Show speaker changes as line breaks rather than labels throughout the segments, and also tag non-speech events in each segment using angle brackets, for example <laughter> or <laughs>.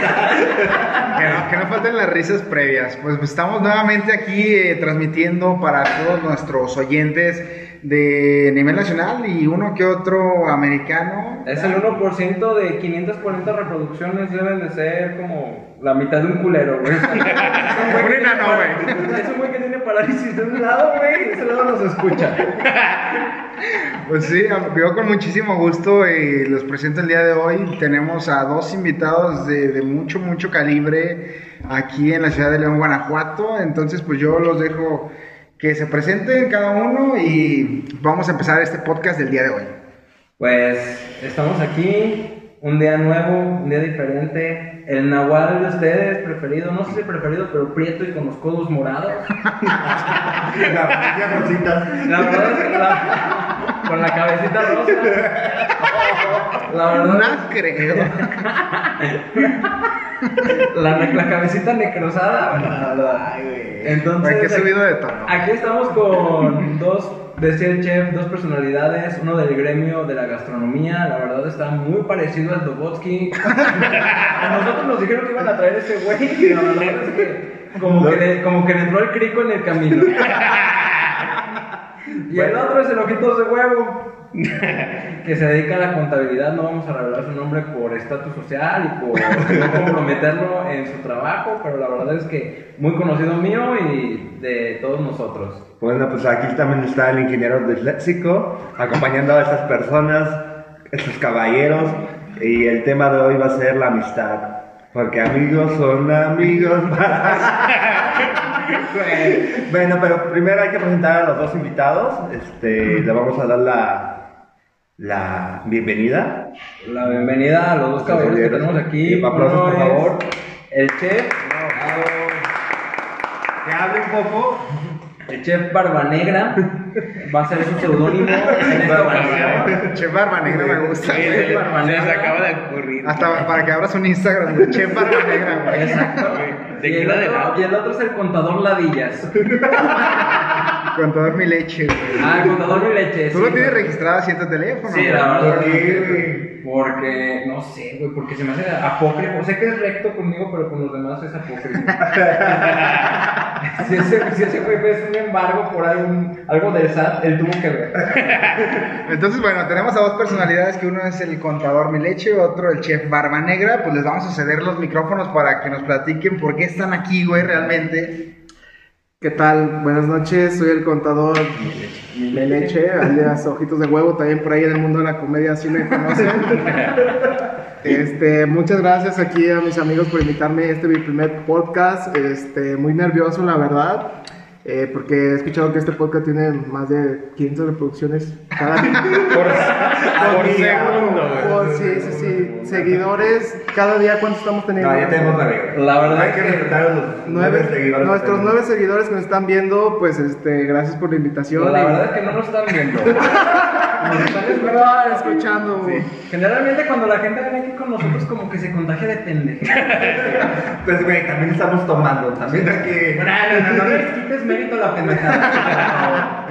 que, no, que no falten las risas previas. Pues estamos nuevamente aquí eh, transmitiendo para todos nuestros oyentes de nivel nacional y uno que otro americano.
Es el 1% de 540 reproducciones, deben de ser como la mitad de un culero, güey. Es un güey
Un
que tiene
enano,
par- Es un güey que tiene parálisis de un lado, güey, y de ese lado nos escucha.
Pues sí, yo con muchísimo gusto eh, los presento el día de hoy. Tenemos a dos invitados de, de mucho, mucho calibre aquí en la ciudad de León, Guanajuato. Entonces, pues yo los dejo que se presenten cada uno y vamos a empezar este podcast del día de hoy.
Pues estamos aquí, un día nuevo, un día diferente. El nahual de ustedes, preferido, no sé si preferido, pero prieto y con los codos morados.
Ya rositas.
La verdad es que la- con la cabecita rosa. La verdad,
No creo.
la, ne- la cabecita necrosada. la verdad. Entonces,
Ay, que he subido de tono.
aquí estamos con dos, decía el chef, dos personalidades, uno del gremio de la gastronomía, la verdad está muy parecido al Dobotsky. A nosotros nos dijeron que iban a traer ese güey, y la verdad es que como, que le, como que le entró el crico en el
<laughs>
camino. Y el otro es el ojitos de huevo. que se dedica a la contabilidad, no vamos a revelar su nombre por estatus social y por no comprometerlo en su trabajo, pero la verdad es que muy conocido mío y de todos nosotros.
Bueno, pues aquí también está el ingeniero disléxico, acompañando a estas personas, estos caballeros, y el tema de hoy va a ser la amistad. Porque amigos son amigos. <laughs> bueno, pero primero hay que presentar a los dos invitados. Este, le vamos a dar la, la bienvenida.
La bienvenida a los dos caballeros que tenemos aquí.
Y aplausos,
Uno
por
es
favor.
El chef,
Que hable un poco.
el chef Barba Negra, va a ser su seudónimo
<laughs>
en esta
Barba Negra.
ocasión.
Chef Barba Negra me gusta.
Sí,
güey.
se les acaba de ocurrir.
Hasta para que abras un Instagram, güey. Chef Barba Negra, güey.
Exacto.
De
y, el
kilo de
otro,
lado.
y el otro es el contador Ladillas.
Con todo mi leche, güey.
Ah, el contador y leche.
Tú
sí,
lo tienes
güey.
registrado así en tu teléfono.
Sí,
güey.
la verdad.
¿Por qué?
Porque, no sé, güey, porque se me hace apócrifo. Sé que es recto conmigo, pero con los demás es apócrifo. <laughs> si, ese, si ese güey es un embargo por algún, algo del SAT, él tuvo que ver.
Entonces, bueno, tenemos a dos personalidades, que uno es el contador Mileche, otro el chef Barba Negra, pues les vamos a ceder los micrófonos para que nos platiquen por qué están aquí, güey, realmente.
¿Qué tal? Buenas noches, soy el contador de leche, alias Ojitos de Huevo, también por ahí en el mundo de la comedia, si
<laughs>
me conocen. Este, muchas gracias aquí a mis amigos por invitarme, este es mi primer podcast, este, muy nervioso la verdad, eh, porque he escuchado que este podcast tiene más de 15 reproducciones cada
<laughs>
Por segundo,
Oh, sí, sí, sí, seguidores, cada día cuántos estamos teniendo.
No, ya tenemos nueve.
La verdad
Hay
es
que
que-
respetar a los nueve
Nueve,
seguidores.
nuestros nueve seguidores que nos están viendo, pues este, gracias por la invitación.
la
y-
verdad es que no lo están viendo. <laughs> Nos están ah, escuchando.
Perdón, escuchando.
Generalmente cuando la gente viene aquí con nosotros como que se contagia de pendeja.
Pues, güey, también estamos tomando. También hay
<laughs>
que.
No, no, no, no les quites mérito a la pendejada.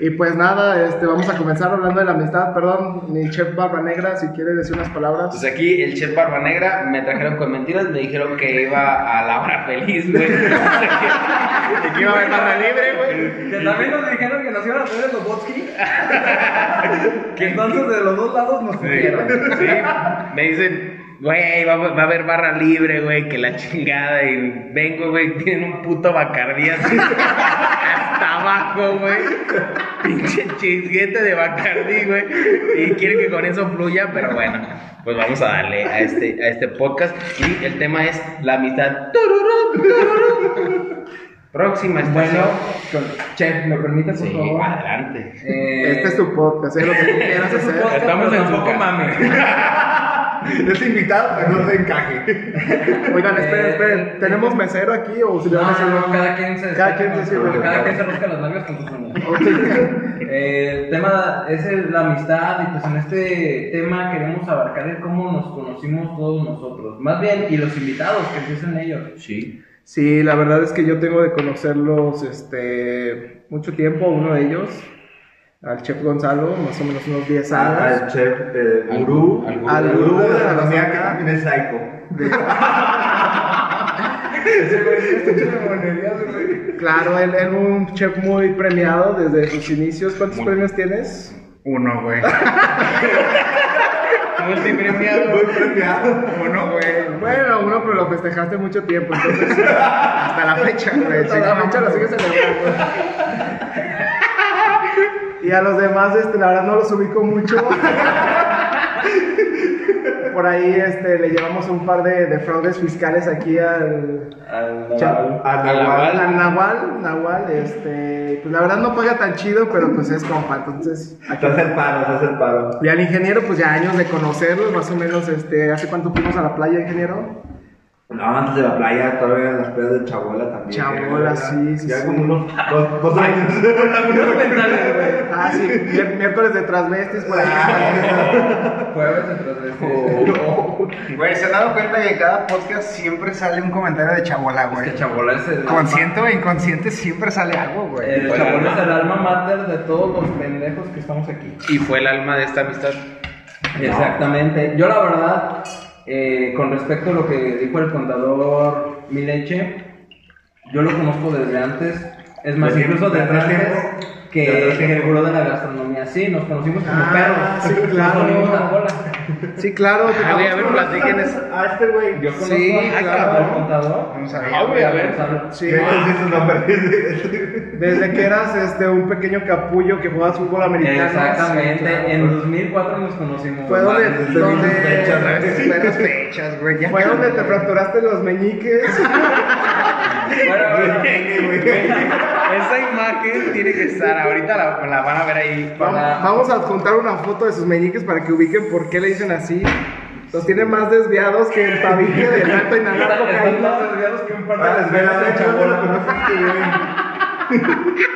Y pues nada, este, vamos a comenzar hablando de la amistad. Perdón, mi chef Barba Negra, si quiere decir unas palabras.
Pues aquí el chef Barba Negra me trajeron con mentiras, me dijeron que iba a la hora feliz,
<laughs>
güey.
Y que iba a haber barra libre, güey.
Que también nos dijeron que nos iban a traer los Botsky. <laughs> Que entonces de los dos lados nos cogieron.
Sí, me dicen, güey, va, va a haber barra libre, güey, que la chingada. Y vengo, güey, tienen un puto bacardí así hasta abajo, güey. Pinche chisguete de bacardí, güey. Y quieren que con eso fluya, pero bueno, pues vamos a darle a este, a este podcast. Y el tema es la amistad. Tururú, tururú. Próxima
Bueno,
estación.
con- Chef, ¿me permites, por
sí,
favor?
adelante.
Eh,
Este es tu podcast, ¿eh? lo que tú quieras
este es tu
hacer.
podcast,
Estamos
pero
en su
tampoco
casa.
mames.
Es invitado, pero no se encaje.
Oigan, esperen, esperen. ¿Tenemos mesero aquí o si le
No,
vamos a
Eh. no, no,
hacer
cada quien se
Cada quien se sirve.
Cada quien se rasca las nalgas con sus manos.
<laughs> Ok.
Eh, el tema es el- la amistad y pues en este tema queremos abarcar el cómo nos conocimos todos nosotros. Más bien, y los invitados que empiecen ellos.
Sí.
Sí, la verdad es que yo tengo de conocerlos este, mucho tiempo, uno de ellos. al chef Gonzalo, más o menos unos 10
Ah,
sagas.
Al chef eh,
Al
gurú.
gurú,
al
Al
gurú
gurú de
de la
la comida que
gastronomía.
también es psycho.
Ese güey sí está hecho de monerías, güey.
Claro, él es un chef muy premiado desde sus inicios. ¿Cuántos premios tienes?
Uno, güey.
<laughs> Multipremiado.
Muy premiado.
Uno, güey.
Bueno, uno, pero lo festejaste mucho tiempo, entonces
Hasta la fecha, güey.
hasta la fecha lo sigues celebrando. Y a los demás, este, la verdad no los ubico mucho. Por ahí este, le llevamos un par de, de fraudes fiscales aquí al,
Al
Chao.
Al
A la
Nahual.
al Nahual. Nahual este, pues la verdad no paga tan chido, pero pues es compa, entonces
Se hace el paro, se hace el paro.
Y al ingeniero, pues ya años de conocerlo, más o menos, este, ¿hace cuánto fuimos a la playa, ingeniero?
No, antes de la playa, todavía las pedas de Chabola también.
Chabola, sí, sí,
Ya
sí.
como unos dos, dos años.
Algunos mentales, güey.
Ah, sí, mi- miércoles de transvestis por
Ah,
acá.
Jueves de este- transvestido.
Güey, se han dado cuenta que en cada podcast siempre sale un comentario de chabola,
Es
güey.
que Chabola es el.
Consciente o inconsciente siempre sale algo,
El
güey.
Chabola es el alma mater de todos los pendejos que estamos aquí.
Y fue el alma de esta amistad.
Exactamente. Yo la verdad, eh, con respecto a lo que dijo el contador Mileche, yo lo conozco desde antes. Es más,
Desde
incluso
tiempo,
desde
desde
antes
tiempo. Desde
que,
tiempo.
que el gurú de la gastronomía. Sí, nos conocimos como
Ah,
perros.
sí,
Nos
claro.
unimos a bola.
Sí, claro. te
Ah, güey, a ver,
conozco.
platiquen eso.
A este güey.
Yo conozco
Sí,
a-
claro.
al contador.
No
Ah,
sabía.
güey, a ver.
Gonzalo.
Sí,
Yo conocí su <laughs> nombre.
desde que eras este, un pequeño capullo que jugabas fútbol americano.
Exactamente.
Sí, claro.
En 2004 nos conocimos.
Fue donde,
Madre, desde
donde,
<laughs>
mis fechas, ¿eh?
Fue las fechas, güey. ya.
fue donde te fracturaste los meñiques.
<laughs>
Bueno, bueno,
Esa imagen tiene que estar. Ahorita la, la van a ver ahí.
Vamos, vamos a adjuntar una foto de sus meñiques para que ubiquen por qué le dicen así. Los tiene más desviados que el tabique del alto y
están- están
naranjo
más
caído.
desviados que un par de
Ahora les ve la
desvelas de
fecha, no
Chabola.
lo conoces, güey.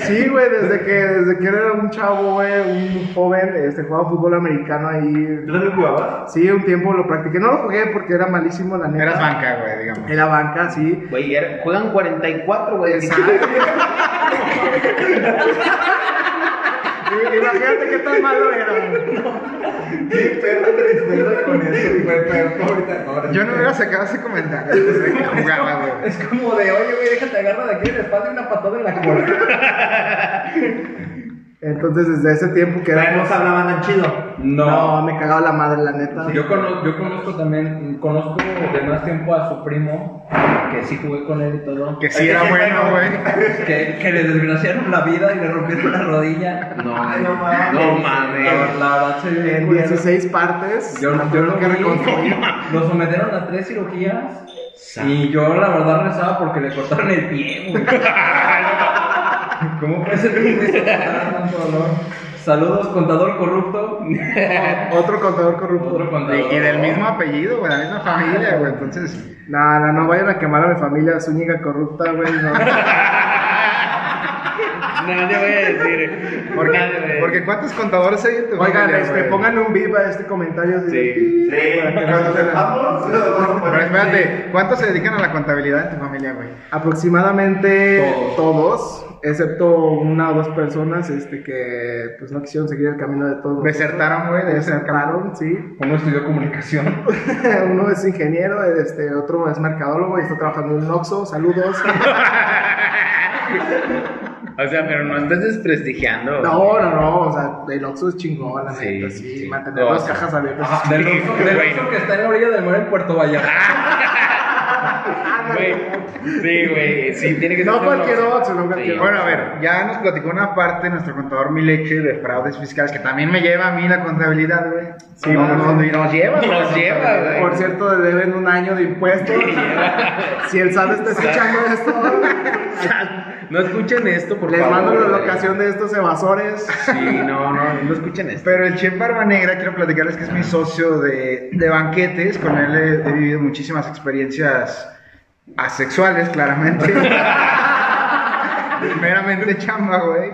Sí, güey, desde que, desde que era un chavo, güey, un joven, este, jugaba fútbol americano ahí.
¿Tú también jugabas?
Sí, un tiempo lo practiqué. No lo jugué porque era malísimo, la neta.
Eras banca, güey, digamos.
Era banca, sí.
Güey, era- juegan 44, güey.
Imagínate qué tan malo era. güey.
Sí, perro tristeza con eso, güey. Pero ahorita, ahora.
Yo no hubiera sacado ese comentario. güey, Jugaba, güey.
Es como de, oye, güey, déjate agarrar de aquí de la espalda y una patada en la cola.
Entonces, desde ese tiempo que
Pero
era.
no se hablaban tan chido.
No, me cagaba la madre, la neta.
Yo, cono- yo conozco también, conozco de más tiempo a su primo, que sí jugué con él y
<laughs>
todo.
Que sí era bueno, güey.
Que, que le desgraciaron la vida y le rompieron la rodilla. No,
no mames.
No
La,
mames.
la verdad se ve
En
culero.
16 partes.
Yo,
la
yo
tengo
lo
que
vi,
reconstruir.
<laughs> Lo sometieron a tres cirugías. Y yo la verdad rezaba porque le cortaron el pie, güey. ¿Cómo puede ser que me soportara tanto dolor? Saludos, contador corrupto.
Otro contador corrupto.
Otro contador.
Y, y del mismo apellido, güey, la misma familia, güey. Entonces,
No, Ah, no, no vayan a quemar a mi familia Zúñiga corrupta, güey. No.
Nadie voy a decir. Nadie voy a
porque,
decir.
porque ¿cuántos contadores hay en tu
Oigan,
familia,
este,
güey?
pónganle un viva a este comentario. así de-
Sí.
para que no se la-
Vamos.
Pero espérate, ¿cuántos se dedican a la contabilidad en tu familia, güey?
Aproximadamente
Todos.
todos. excepto una o dos personas este, que pues, no quisieron seguir el camino de todos.
Desertaron, güey, de ese
Desertaron, sí. <laughs>
Uno estudió comunicación.
Uno es ingeniero, este, otro es mercadólogo y está trabajando en un Oxxo.
<laughs>
Saludos.
O sea, pero no estás desprestigiando.
No, no, no, o sea, el Oxxo es chingón, la
Sí,
neta, sí,
sí.
mantener
No,
las
sí.
cajas abiertas.
Ah,
Del oso del
Güey.
oso que está en la orilla del mar en Puerto Vallarta.
Güey. Sí, güey. Sí, tiene que
No
ser.
cualquier
otro.
otro, no cualquier
Sí.
otro.
Bueno, a ver, ya nos platicó una parte nuestro contador Mileche de fraudes fiscales, que también me lleva a mí la contabilidad, güey.
Sí,
No,
bueno,
no,
sí.
y nos lleva, güey,
Nos
la
lleva,
contabilidad.
Por cierto, le deben un año de impuestos. <laughs> si el SAT está escuchando esto,
No escuchen esto, por
les
favor.
mando la
güey.
locación de estos evasores.
Sí, no, no, no escuchen esto.
Pero el chef Barba Negra, quiero platicarles que es mi socio de, de banquetes, con él he, he vivido muchísimas experiencias asexuales,
<laughs>
claramente. Meramente chamba, güey.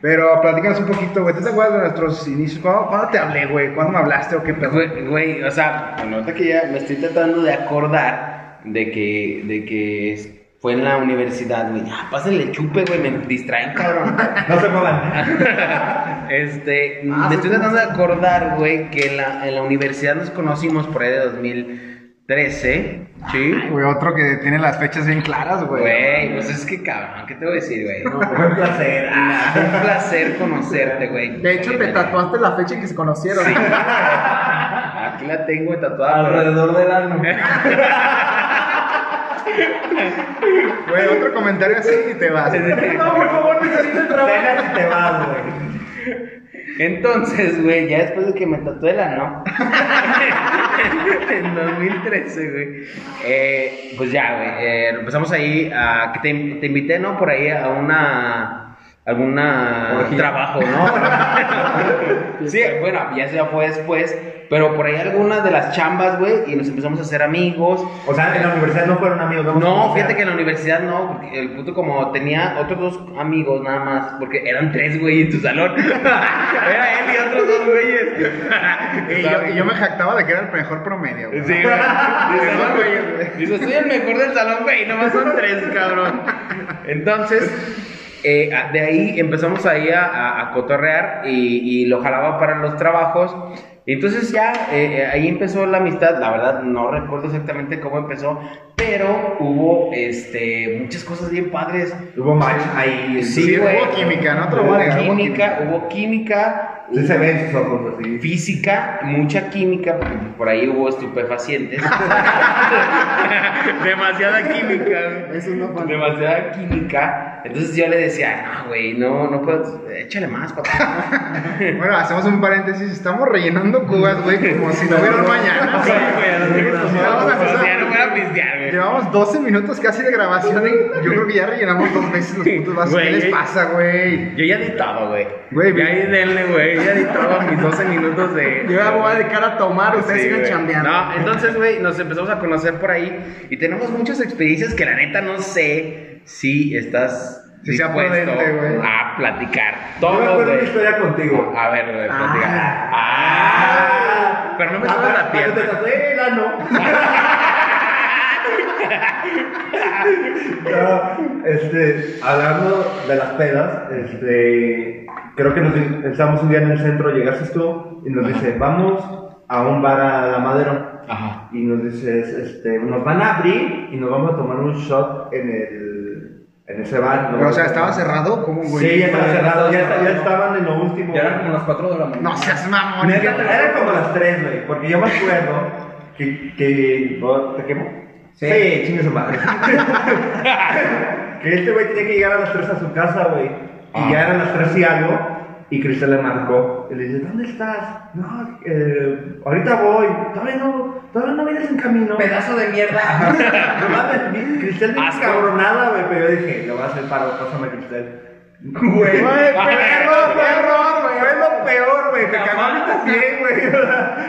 Pero platícanos un poquito, güey. ¿Tú te acuerdas de nuestros inicios? ¿Cuándo, cuándo te hablé, güey? ¿Cuándo me hablaste o qué pedo?
Güey, güey, o sea, nota que ya me estoy tratando de acordar de que, de que es- Fue en la universidad, güey. Ah, pásenle chupe, güey, me distraen, cabrón.
No se muevan.
<laughs> Este,
Ah,
me
sí,
estoy
sí.
tratando de acordar, güey, que en la, en la universidad nos conocimos por ahí de 2013, ¿sí?
Güey, otro que tiene las fechas bien claras, güey.
Güey, pues es que cabrón, ¿qué te voy a decir, güey? No,
Fue un placer.
nah, fue un placer conocerte, güey.
De hecho, te tatuaste la fecha en que se conocieron.
Sí. Aquí la tengo tatuada. pero-
Alrededor del alma. <laughs>
Güey, otro comentario así y te
<laughs>
vas.
No, por favor, me salí del trabajo.
Apenas te vas, güey.
Entonces, güey, ya después de que me tatué la no. en 2013, güey. Eh, pues ya, güey. eh, empezamos ahí a. Que te, te invité, ¿no? Por ahí a una. alguna.
Orgía.
trabajo, ¿no? sí, bueno, ya se fue después. Pero por ahí algunas de las chambas, güey. Y nos empezamos a hacer amigos.
O sea, en la universidad no fueron amigos. nos
No,
conocían.
fíjate que en la universidad no, porque el puto como tenía otros dos amigos nada más, porque eran tres güey en tu salón. <laughs> Era él y otros dos
<laughs>
güeyes.
Y yo, y yo me jactaba de que era el mejor promedio,
<laughs>
güey.
Sí, güey. Dice, no, güey. Dice, soy el mejor del salón, güey, nomás son tres, cabrón. Entonces, eh, a- de ahí empezamos ahí a, a- a cotorrear y, y lo jalaba para los trabajos. Y entonces ya eh, eh, ahí empezó la amistad, la verdad no recuerdo exactamente cómo empezó, pero hubo este, muchas cosas bien padres.
Hubo match ahí.
Sí, hubo química, no te lo voy a negar,
Hubo
hubo
química, hubo química,
Sí se ven sus ojos así.
física, mucha química, porque por ahí hubo estupefacientes. <laughs> Demasiada química. güey.
Eso no falta.
Demasiada química. Entonces yo le decía, no, güey, no, no puedo, échale más, papá.
Bueno, hacemos un paréntesis. Estamos rellenando cubas, güey, como si no hubiera un mañana.
Sí, <laughs> güey, a los
Sí, vamos a
O sea,
empezar.
no voy a pistear, güey.
Llevamos 12 minutos casi de grabación y yo creo que ya rellenamos dos veces los putos vasos. ¿Qué
Güey.
les pasa, güey?
Yo ya editaba, güey.
Güey,
ya
vi-
ahí denle, güey. Ya editaba mis 12 minutos de.
Yo ya me voy a dedicar a tomar,
Pues
ustedes
Sí,
siguen
güey.
chambeando.
No, entonces, güey, nos empezamos a conocer por ahí y tenemos muchas experiencias que la neta no sé si estás
Si sea prudente, güey.
a platicar.
Yo me
Todo,
acuerdo una
güey.
historia contigo.
A ver, güey, platica.
Ah.
Ah. Pero no me toques la
pero te
pierna.
tatué el
<laughs>
ano. No, este, hablando de las pedas, este, creo que nos di- estamos un día en el centro, llegaste tú y nos dice, vamos a un bar a la madera.
Ajá.
Y nos dices, este, nos van a abrir y nos vamos a tomar un shot en el, en ese bar. ¿no?
Pero, o sea, ¿estaba cerrado? ¿Cómo, güey? Pues,
Sí, ya estaba
Güey,
cerrado, ya,
estaba
ya
cerrado.
estaban en lo último.
Ya eran como las 4 de la mañana.
No seas mamón.
Neta,
güey.
era como las tres, güey, porque yo me acuerdo que... que ¿no? ¿Te quemo?
Sí.
chingue su madre. <laughs> que este güey tenía que llegar a las tres a su casa, güey. Y ya eran las tres y algo, y Cristal le marcó. Y le dice, ¿dónde estás? No, eh, ahorita voy. Todavía no, todavía no vienes en camino.
Pedazo de mierda.
No mames, vi- Cristel bien
Asco.
cabronada, güey, pero yo dije, le voy a hacer paro, pásame a Cristel.
Güey.
Güey,
Ah,
perro, perro, güey, fue lo peor, güey, te
Jamás.
cagaron también, güey.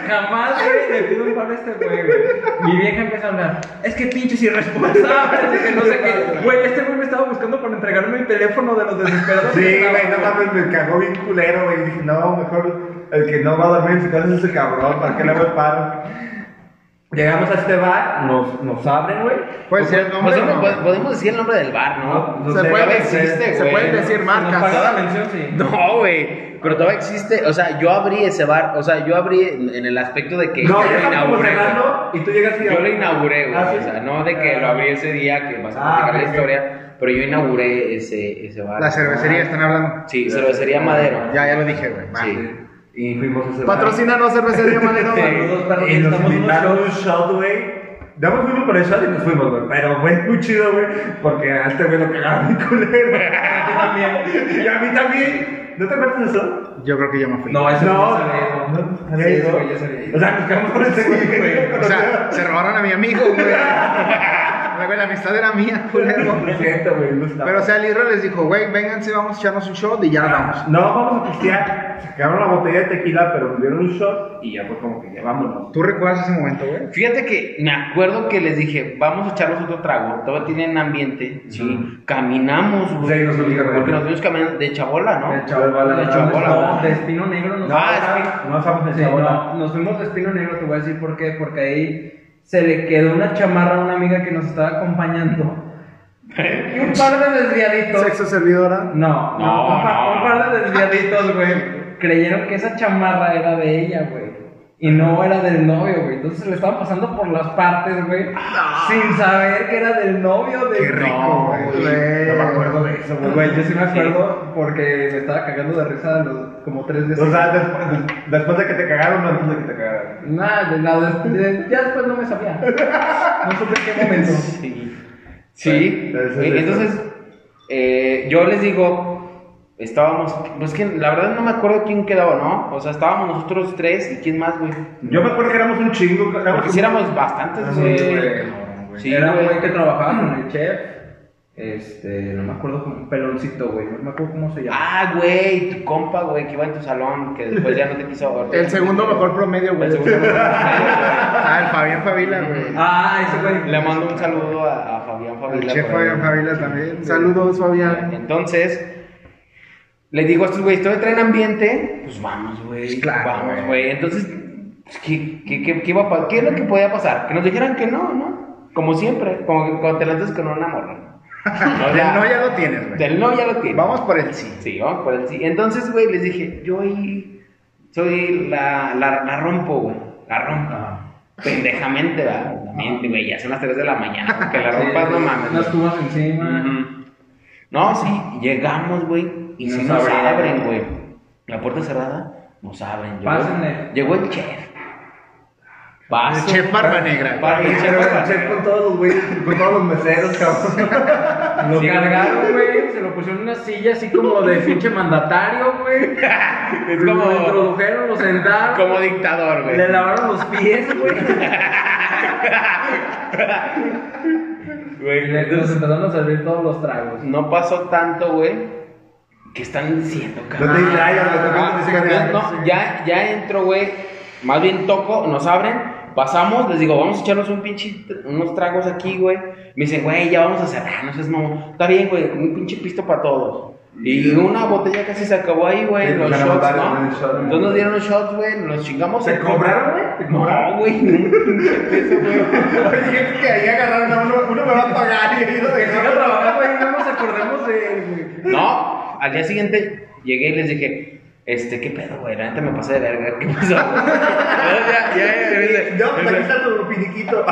Jamás güey, le pido un par a este güey, güey. Mi vieja empieza a hablar. Es que pinches <laughs> irresponsables. Que no sé qué. Güey, este güey me estaba buscando para entregarme mi teléfono de los desesperados.
Sí,
que estaban,
güey, no mames, me cagó bien culero, güey, dije, no, mejor el que no va a dormir en su casa es ese cabrón, ¿para qué le hago el paro? Llegamos a este bar, nos, nos abren, güey.
Puede ser el nombre.
Nosotros
o no?
pod- Pues podemos decir el nombre del bar, ¿no?
No, no
se
sé,
puede
no
decir,
sé.
se
güey,
pueden
no-
decir
Si Nos
marcas.
paga la mención, sí.
No, güey. Pero todavía existe, o sea, yo abrí ese bar, o sea, yo abrí en, en el aspecto de que
No, ya
yo lo
estamos
inauguré,
cerrando y tú llegas y...
Yo lo inauguré, güey.
Ah, sí.
O sea, no de que lo abrí ese día, que vas a
Ah,
platicar la
ok, ok.
historia, pero yo inauguré ese, ese bar.
La
pues,
cervecería, están hablando.
Sí, cervecería Madero.
Ya, ya lo dije, güey. va.
Sí.
Y fuimos a ese bar.
Patrocínanos cervecería
Este,
Manero.
Saludos, perros.
Y nos
Estamos unos
invitaron
shows.
un shot, güey. Damos fuimos por el shot y nos fuimos, güey. Pero fue muy chido, güey. Porque a este güey lo cagaron mi
<laughs>
culero. y a mí también. ¿No te acuerdas de eso?
Yo creo que yo me fui.
No, ese
no,
no se ve.
no, no, no
Sí,
sabía
ese
eso.
güey ya se ve.
O sea, nos quedamos por ese güey. güey.
O sea, se robaron a mi amigo, güey. La, güey, la amistad era mía, culero.
<laughs> lo siento, güey. No estaba.
Pero, o sea, el Israel les dijo, güey, vénganse, vamos a echarnos un shot y ya nos vamos.
No, vamos a pistear. Sacaron la botella de tequila, pero nos dieron un shot y ya fue como que ya vámonos.
¿Tú recuerdas ese momento, güey?
Fíjate que me acuerdo que les dije, vamos a echarnos otro trago. Todavía tienen ambiente. Sí. Caminamos,
Pues
güey.
Sí, nos fuimos caminando.
Porque nos fuimos caminando de chabola, ¿no?
De chabola,
De
no,
chabola,
No,
¿verdad?
de espino negro nos
No,
fuimos.
es que-
No estamos en
Sí,
Chabola.
no, nos fuimos de espino negro, te voy a decir por qué. Porque ahí se le quedó una chamarra a una amiga que nos estaba acompañando.
Y un par de desviaditos.
Sexo servidora.
¿Eh? No, no,
No,
un, pa-
no,
un par de desviaditos, güey. Creyeron que esa chamarra era de ella, güey. Y no era del novio, güey. Entonces se lo estaban pasando por las partes, güey. Sin saber que era del novio de.
Qué rico,
No,
güey.
No me acuerdo de eso, güey.
Güey, yo sí me acuerdo porque me estaba cagando de risa los, como tres veces.
O sea, después, después de que te cagaron o antes de que te cagaron.
Nada, de la des- de- ya después no me sabía. <laughs> No supe en qué momento.
Sí. Sí.
Bueno, eso es
Entonces,
eso.
eh, yo les digo, estábamos, pues que la verdad no me acuerdo quién quedaba, ¿no? O sea, estábamos nosotros tres y quién más, güey.
Yo me acuerdo que éramos un chingo. éramos
Porque si éramos bastantes,
Sí,
güey.
güey.
Sí,
Era un
güey.
güey que trabajaba con el chef. Este, no me acuerdo como un peloncito, güey. No me acuerdo cómo se llama.
Ah, güey, tu compa, güey, que iba en tu salón, que después ya no te quiso güey.
El segundo mejor promedio,
El
güey.
segundo mejor.
Ah, el Fabián Favila, güey.
Ah, ese güey.
Le mando un saludo a, a Fabián
El
Favila.
chef
por ahí.
Fabián Favila también.
Saludos, Fabián.
Entonces, les digo a estos güeyes, todavía traen ambiente, pues vamos, güey.
Pues claro,
vamos,
güey.
güey. Entonces, pues, ¿qué, qué, qué, qué iba a pa- qué es lo que podía pasar? Que nos dijeran que no, ¿no? Como siempre, como que cuando te lanzas con
<laughs>
una morra. O
Del
sea,
no ya lo tienes, güey.
Del no ya lo tienes.
Vamos por el sí.
Sí, vamos por el sí. Entonces, güey, les dije, yo ahí soy la, la, la rompo, güey. La rompo. Pendejamente, ¿verdad? Pendejamente, güey, ya son las 3 de la mañana. Que la
Sí,
rompas, no mames.
Unas
güey.
cubas encima.
Ujú. No, sí, llegamos, güey, y
Nos
sí nos
abrieron.
abren, güey. La puerta cerrada, nos abren. Llegó,
Pásenle.
Llegó el chef. Paso.
El chef Barba Negra.
Barba-
Ah,
Ay,
Chef
pero
Barba
el chef
Negra.
con todos los güeyes, con todos los meseros, cabrón.
Lo
Sí,
cargaron, güey. Se lo pusieron en una silla así como de pinche mandatario, güey.
<laughs> Es
Lo
como,
introdujeron, lo sentaron.
como dictador, güey.
Le lavaron los pies, güey.
Güey,
Y le nos empezaron a servir todos los tragos.
No pasó tanto, güey, que están diciendo,
No
cabrón.
te distraigas, no te pongas así,
Ya,
cabrón.
no, ya, ya entro, güey. Más bien toco, nos abren, pasamos, les digo, vamos a echarnos un pinche, unos tragos aquí, güey. Me dicen, güey, ya vamos a cerrar, no seas mamón. Está bien, güey, un pinche pisto para todos. Y una botella casi se acabó ahí,
Sí,
güey, los
nos
shots,
levantaron,
¿no?
un shot,
Entonces nos dieron los shots, güey, nos chingamos.
¿Te
el-
cobraron, güey? ¿Te <laughs> cobraron?
No, güey, ni un pinche peso, güey.
Fíjate pues, que ahí agarraron a uno, uno me va a pagar y ahí lo
Sigan
dejaron.
Pues, trabajando ahí, no nos acordemos de él, güey.
No, al día siguiente llegué y les dije, este, ¿qué pedo, güey? La neta me pasé de verga, ¿qué pasó? güey?" ya, ya, ya, me dice,
No,
me
pues aquí
dice,
está tu piniquito.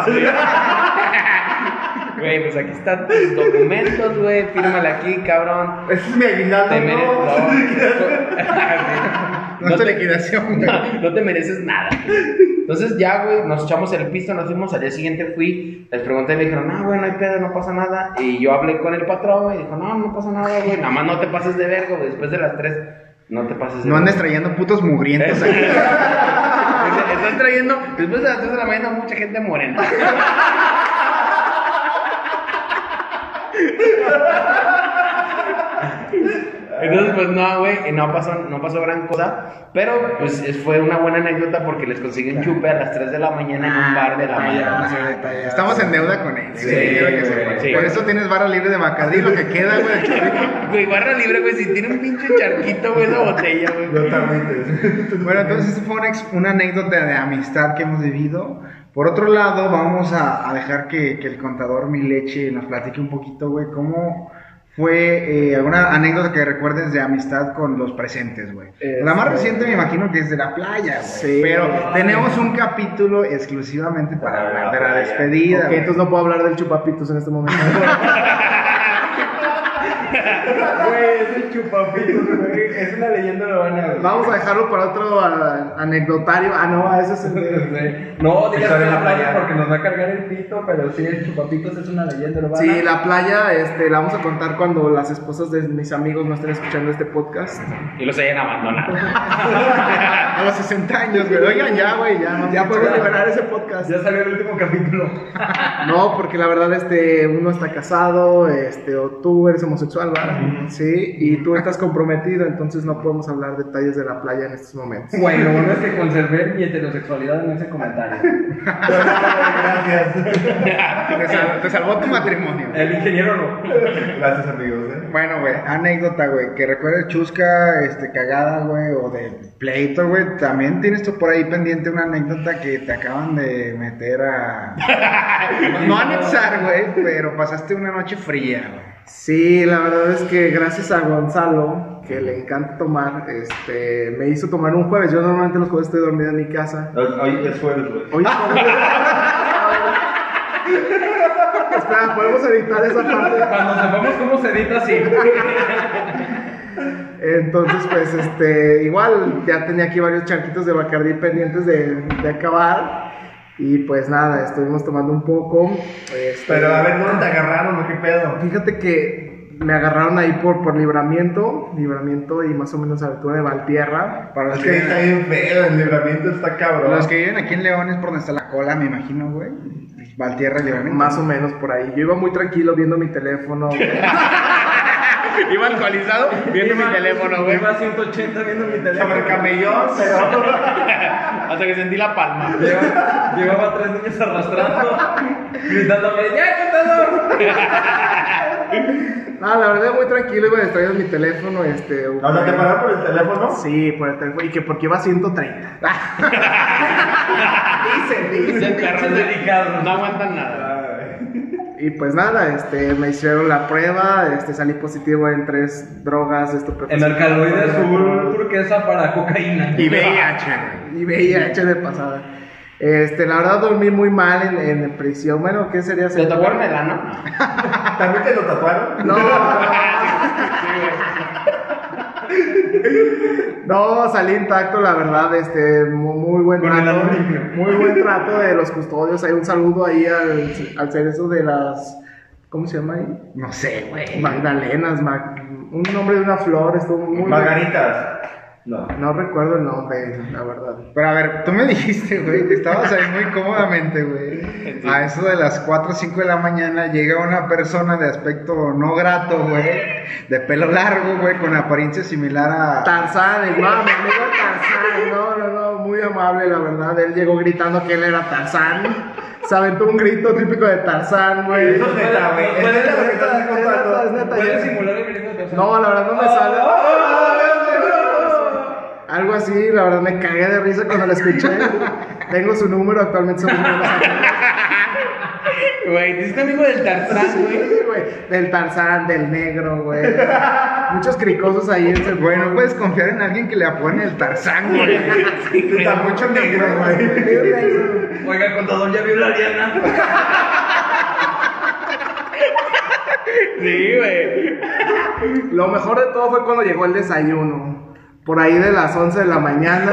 Güey, pues aquí están tus documentos, güey, fírmale aquí, cabrón.
Ese es mi aguinaldo,
<laughs>
Te mereces...
¿no?
No
No, no
es tu
te,
liquidación, güey.
<laughs> no, no te mereces nada. Entonces ya, güey, nos echamos el pisto, nos fuimos, al día siguiente fui, les pregunté y me dijeron, no, güey, no hay pedo, no pasa nada. Y yo hablé con el patrón, güey, y dijo, no, no pasa nada, güey, nada más no te pases de verga, güey, después de las tres, no te pases de
No andes
verga.
trayendo putos
<laughs>
mugrientos aquí.
Dice, Estás trayendo, después de las 3 de la mañana, mucha gente morena. Entonces, pues no, güey, eh, no pasó, no pasó gran cosa. Pero, pues es- fue una buena anécdota porque les conseguí un chupe a las 3 de la mañana en un bar de la mañana.
Estamos en deuda con él.
Sí,
quiero que sepa.
güey, sí.
Por eso tienes barra libre de Macardí, lo que queda, güey.
Güey, barra libre, güey, si tiene un pinche charquito, güey, esa botella, güey.
No te agüites.
Bueno, entonces esta fue una, ex- una anécdota de amistad que hemos vivido. Por otro lado, vamos a, a dejar que, que el contador Mi Leche nos platique un poquito, güey, cómo fue eh, alguna anécdota que recuerdes de amistad con los presentes, güey.
Eh,
la más
sí.
reciente me imagino que es de la playa, güey.
Sí.
Pero
Ay.
tenemos un capítulo exclusivamente para
Para la
hablar de la
playa.
despedida.
Ok,
güey.
entonces no puedo hablar del chupapitos en este momento.
Güey, ese chupapito, güey. Es una leyenda urbana, güey.
Vamos a dejarlo para otro ah, anecdotario. Ah, no, ese es el de-
No, digas
Historia
que
de
la
la
playa
playa.
porque nos va a cargar el pito, pero sí, el chupapitos es una leyenda urbana.
<laughs> Sí, la playa este, la vamos a contar cuando las esposas de mis amigos no estén escuchando este podcast.
Y los hayan abandonado.
A los 60 años, güey. Oigan, ya, güey, ya. no
Ya
manches,
podemos
ya.
liberar ese podcast.
Ya salió el último capítulo.
No, porque la verdad, este, uno está casado, este, o tú eres homosexual, ¿verdad? Sí, y tú estás comprometido, entonces no podemos hablar detalles de la playa en estos momentos.
Güey, lo bueno es que conservé mi heterosexualidad en ese comentario.
Gracias.
Te, sal- te salvó tu matrimonio.
El ingeniero no.
Gracias, amigos. ¿eh?
Bueno, güey, anécdota, güey, que recuerdes chusca, este, cagada, güey, o de pleito, güey. También tienes tú por ahí pendiente una anécdota que te acaban de meter a. No, no anexar, güey, pero pasaste una noche fría, güey.
Sí, la verdad es que gracias a Gonzalo, que le encanta tomar, este, me hizo tomar un jueves. Yo normalmente los jueves estoy dormido en mi casa.
Hoy es jueves, güey.
Hoy Espera, podemos editar esa parte.
Cuando sepamos cómo se edita, sí.
Entonces, pues, este, igual ya tenía aquí varios charquitos de Bacardí pendientes de, de acabar. Y pues nada, estuvimos tomando un poco. este,
Pero a ver, ¿dónde te agarraron o qué pedo?
Fíjate que me agarraron ahí por, por libramiento, libramiento y más o menos a la altura de Valtierra.
Para los
Es que está
que,
bien feo, el libramiento está cabrón.
los que viven aquí en León es por donde está la cola, me imagino, güey. Valtierra y Libramiento.
Más o menos por ahí. Yo iba muy tranquilo viendo mi teléfono.
Iba alcoholizado viendo mi teléfono, güey.
Iba a 180 viendo mi teléfono.
Sobre camellón, pero...
<laughs> Hasta que sentí la palma.
Llevaba, llevaba tres niños arrastrando, gritándome, ¡ya, contador!
No, Ah, la verdad, muy tranquilo, iba distraído en mi teléfono. Este,
¿No no te pararon por el teléfono?
Sí, por el teléfono. Y que porque iba a 130. dicen, dicen.
Los carros
delicado.
No aguantan nada.
Ay.
Y pues nada, este, me hicieron la prueba, este, salí positivo en tres drogas,
En
estupefacientes.
Mercaloide azul turquesa para cocaína.
Y VIH, güey.
Y veía hecha de pasada. Este, la verdad dormí muy mal en, en prisión. Bueno, ¿qué sería?
¿Te tocaron el ano?
¿También te lo tatuaron?
No,
<laughs>
no, salí intacto, la verdad, este, mu- muy, buen
Con el
trato.
ano limpio.
Muy buen trato de los custodios. Hay un saludo ahí al, al cerezo de las. ¿Cómo se llama ahí?
No sé, güey.
Magdalenas, Mag- un nombre de una flor, estuvo muy
Margaritas. No.
No recuerdo el nombre, la verdad.
Pero a ver, tú me <laughs> dijiste, güey, que estabas ahí muy cómodamente, güey. A eso de las 4 o 5 de la mañana llega una persona de aspecto no grato, güey, de pelo largo, güey, con apariencia similar a.
Tarzán, igual, mi amigo Tarzán. No, no, no, muy amable, la verdad. Él llegó gritando que él era Tarzán. Se aventó un grito típico de Tarzán, güey.
Eso es neta, güey. Eso es neta Oh, lo que estás
Es
contando.
neta,
¿Puedes
es neta.
simular el grito de persona?
No, la verdad no me sale.
oh,
sale.
Algo así, la verdad me cagué de risa cuando lo escuché. Tengo su número, actualmente son mis mejores amigos.
Güey, ¿te hiciste amigo del Tarzán, güey?
Sí, güey. Del Tarzán, del negro, güey. Muchos cricosos ahí en ese
Güey, no puedes confiar en alguien que le apone el tarzán, güey.
Está mucho negro, güey.
Oiga, contador, ¿ya vio la Ariana?
Sí, güey.
Lo mejor de todo fue cuando llegó el desayuno. Por ahí de las 11 de la mañana.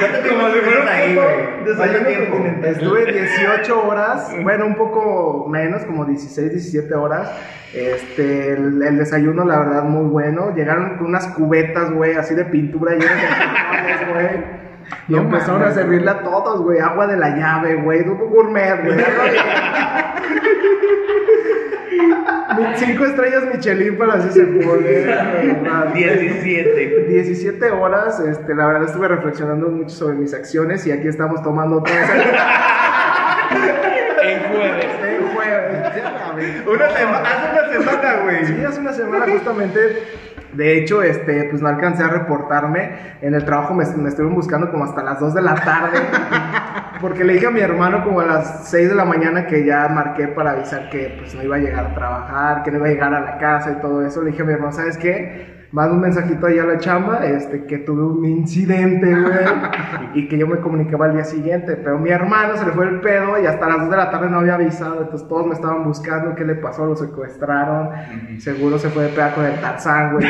Yo te digo, si fueron ahí, güey. Vaya tiempo.
<laughs>
Estuve 18 horas, bueno, un poco menos, como 16, 17 horas. Este, el, el desayuno, la verdad, muy bueno. Llegaron con unas cubetas, güey, así de pintura llenas de frijoles, güey. Y
No
empezaron a
mames,
servirle a todos, güey. Agua de la llave, güey. Dupo
<laughs>
gourmet, güey. algo de- Mi- Cinco estrellas Michelin para así
<laughs>
se pone. güey.
17.
17 horas, este, la verdad estuve reflexionando mucho sobre mis acciones y aquí estamos tomando otra
<laughs>
vez
En jueves.
el jueves.
Una semana, hace una semana, güey.
Sí, hace una semana justamente, de hecho, este, pues no alcancé a reportarme, en el trabajo me, me estuvieron buscando como hasta las 2 de la tarde, porque le dije a mi hermano como a las 6 de la mañana que ya marqué para avisar que pues no iba a llegar a trabajar, que no iba a llegar a la casa y todo eso, le dije a mi hermano, ¿sabes qué? Manda un mensajito ahí a la chamba, este, que tuve un incidente, güey, y que yo me comunicaba al día siguiente, pero mi hermano se le fue el pedo y hasta las 2 de la tarde no había avisado, entonces todos me estaban buscando, ¿qué le pasó? Lo secuestraron, seguro se fue de peda con el Tarzán, güey.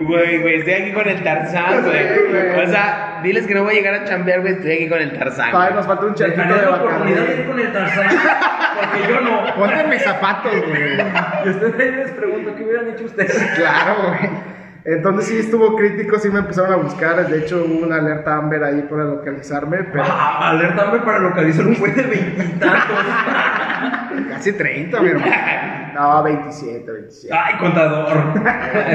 Güey, güey, estoy aquí con el Tarzán, güey.
Sí, güey.
O sea, diles que no voy a llegar a chambear, güey. Estoy aquí con el Tarzán.
Todavía nos falta un charquito
Dejaré
de
la oportunidad de ir
Bacardí.
con el Tarzán, porque yo no.
Ponte mis zapatos, güey.
Y ustedes ahí les pregunto, ¿qué hubieran hecho ustedes?
Claro, güey.
Entonces sí estuvo crítico, sí me empezaron a buscar, de hecho hubo una alerta Amber ahí para localizarme, pero...
Ah, alertame para localizar un güey de veintitantos.
Casi 30, mi hermano.
No, 27, 27.
¡Ay, contador!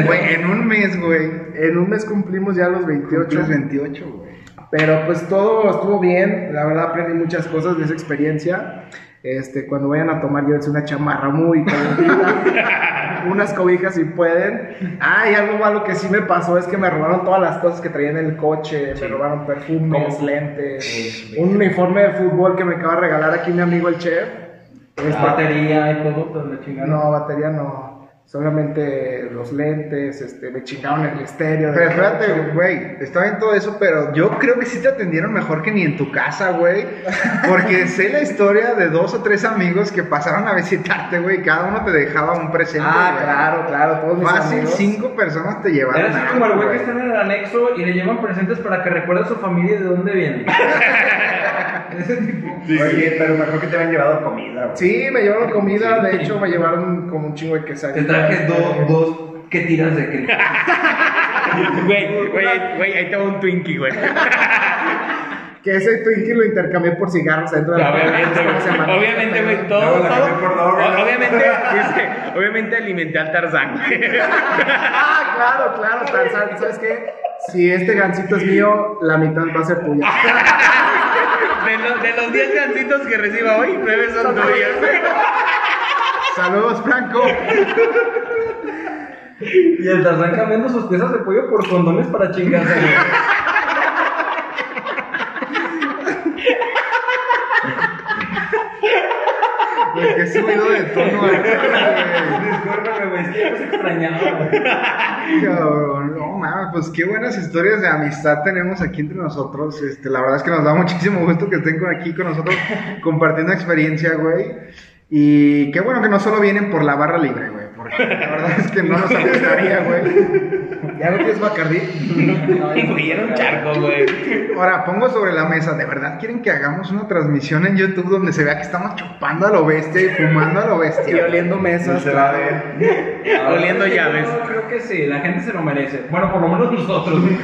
Güey, en un mes, güey.
En un mes cumplimos ya los 28.
Cumples 28, güey.
Pero pues todo estuvo bien, la verdad aprendí muchas cosas de esa experiencia. Este, cuando vayan a tomar, llévense una chamarra muy <laughs> calentita, unas cobijas si pueden. Ah, y algo malo que sí me pasó es que me robaron todas las cosas que traía en el coche, me robaron perfumes,
¿Cómo?
lentes, un uniforme de fútbol que me acaba de regalar aquí mi amigo el chef. Este,
La batería y todo, pues la chingada.
no, batería no, solamente los lentes, este, me chingaron el estéreo. del
Pero
coche.
espérate, güey, está bien todo eso, pero yo creo que sí te atendieron mejor que ni en tu casa, güey. Porque sé la historia de dos o tres amigos que pasaron a visitarte, güey, y cada uno te dejaba un presente.
Ah,
güey.
claro, claro, todos mis
Fácil,
amigos.
cinco personas te llevaron.
Eres así
algo,
como el güey que
güey.
está en el anexo y le llevan presentes para que recuerde a su familia y de dónde
<laughs>
viene. Ese tipo.
Oye, pero mejor que te habían llevado comida, güey.
Sí, me llevaron comida, de hecho me llevaron como un chingo de quesadillas.
Te traje dos, dos que tiras de que.
Güey, güey, güey, ahí tengo un
<laughs>
Twinkie, güey.
Que ese Twinkie lo intercambié por cigarros dentro de la
Obviamente,
esta semana.
güey. Obviamente, güey, todo.
Luego la
todo-
cambié por doble,
o-
¿no?
Obviamente, dice, obviamente alimenté al Tarzán. <laughs>
Ah, claro, claro, Tarzán, ¿sabes qué? Si este gancito es mío, la mitad va a ser tuya.
De, los- de los 10 gancitos que reciba hoy, 9 son tuyos.
Saludos, Franco.
Y el Tarzán cambiando sus piezas de pollo por condones para
<laughs>
chingarse.
Güey, que he subido de tono, güey.
Discúlpame, güey, es que ya los extrañaba. güey.
Cabrón, no mames, pues qué buenas historias de amistad tenemos aquí entre nosotros. Este, la verdad es que nos da muchísimo gusto que estén con- aquí con nosotros compartiendo experiencia, güey. Y qué bueno que no solo vienen por la barra libre, güey, porque la verdad es que no nos gustaría, güey. ¿Ya no tienes Bacardí?
No, es-
Güey, era un charco, güey.
Ahora, pongo sobre la mesa, ¿de verdad quieren que hagamos una transmisión en YouTube donde se vea que estamos chupando a lo bestia y fumando a lo bestia?
Y oliendo mesas.
Se va a ver.
Oliendo
Yo
llaves.
creo que sí, la gente se lo merece. Bueno, por lo menos nosotros. güey.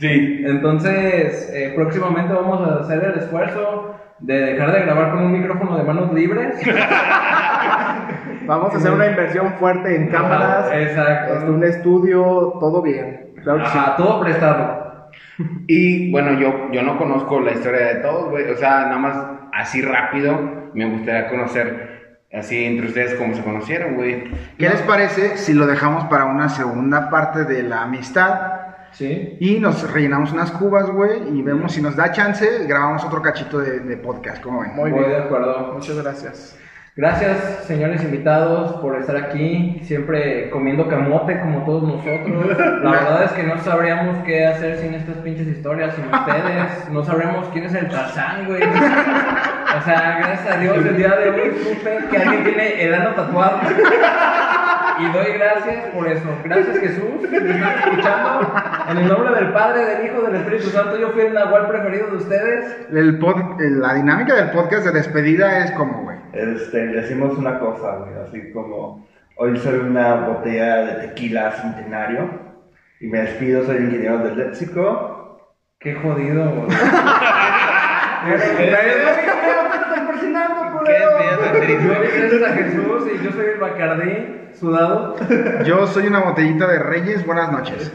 Sí.
Entonces, eh, próximamente vamos a hacer el esfuerzo de dejar de grabar con un micrófono de manos libres.
Vamos a hacer una inversión fuerte en cámaras,
exacto.
este, un estudio, todo bien. Claro que sí.
Ajá, todo prestado.
Y bueno, yo, yo no conozco la historia de todos, güey. O sea, nada más así rápido me gustaría conocer así entre ustedes cómo se conocieron, güey.
¿Qué les parece si lo dejamos para una segunda parte de la amistad?
Sí.
Y nos rellenamos unas cubas, güey, y vemos si nos da chance, grabamos otro cachito de, de podcast, ¿cómo ven?
Muy
Muy
bien.
de acuerdo.
Muchas gracias.
Gracias, señores invitados, por estar aquí, siempre comiendo camote como todos nosotros. La verdad es que no sabríamos qué hacer sin estas pinches historias, sin ustedes. No sabríamos quién es el Tarzán, güey. O sea, gracias a Dios el día de hoy supe que alguien tiene el ano tatuado. Y doy gracias por eso. Gracias Jesús, que me estás escuchando. En el nombre del Padre, del Hijo, del Espíritu Santo, yo fui el Nahual preferido de ustedes.
El pod- el- la dinámica del podcast de despedida es como, güey.
Este, decimos una cosa, güey, así como hoy soy una botella de tequila centenario y me despido, soy ingeniero del léxico.
Qué jodido, <laughs> Este, güey.
Qué despedida tan
Yo
triste.
gracias a Jesús y yo soy el Bacardí, sudado.
Yo soy una botellita de Reyes, buenas noches.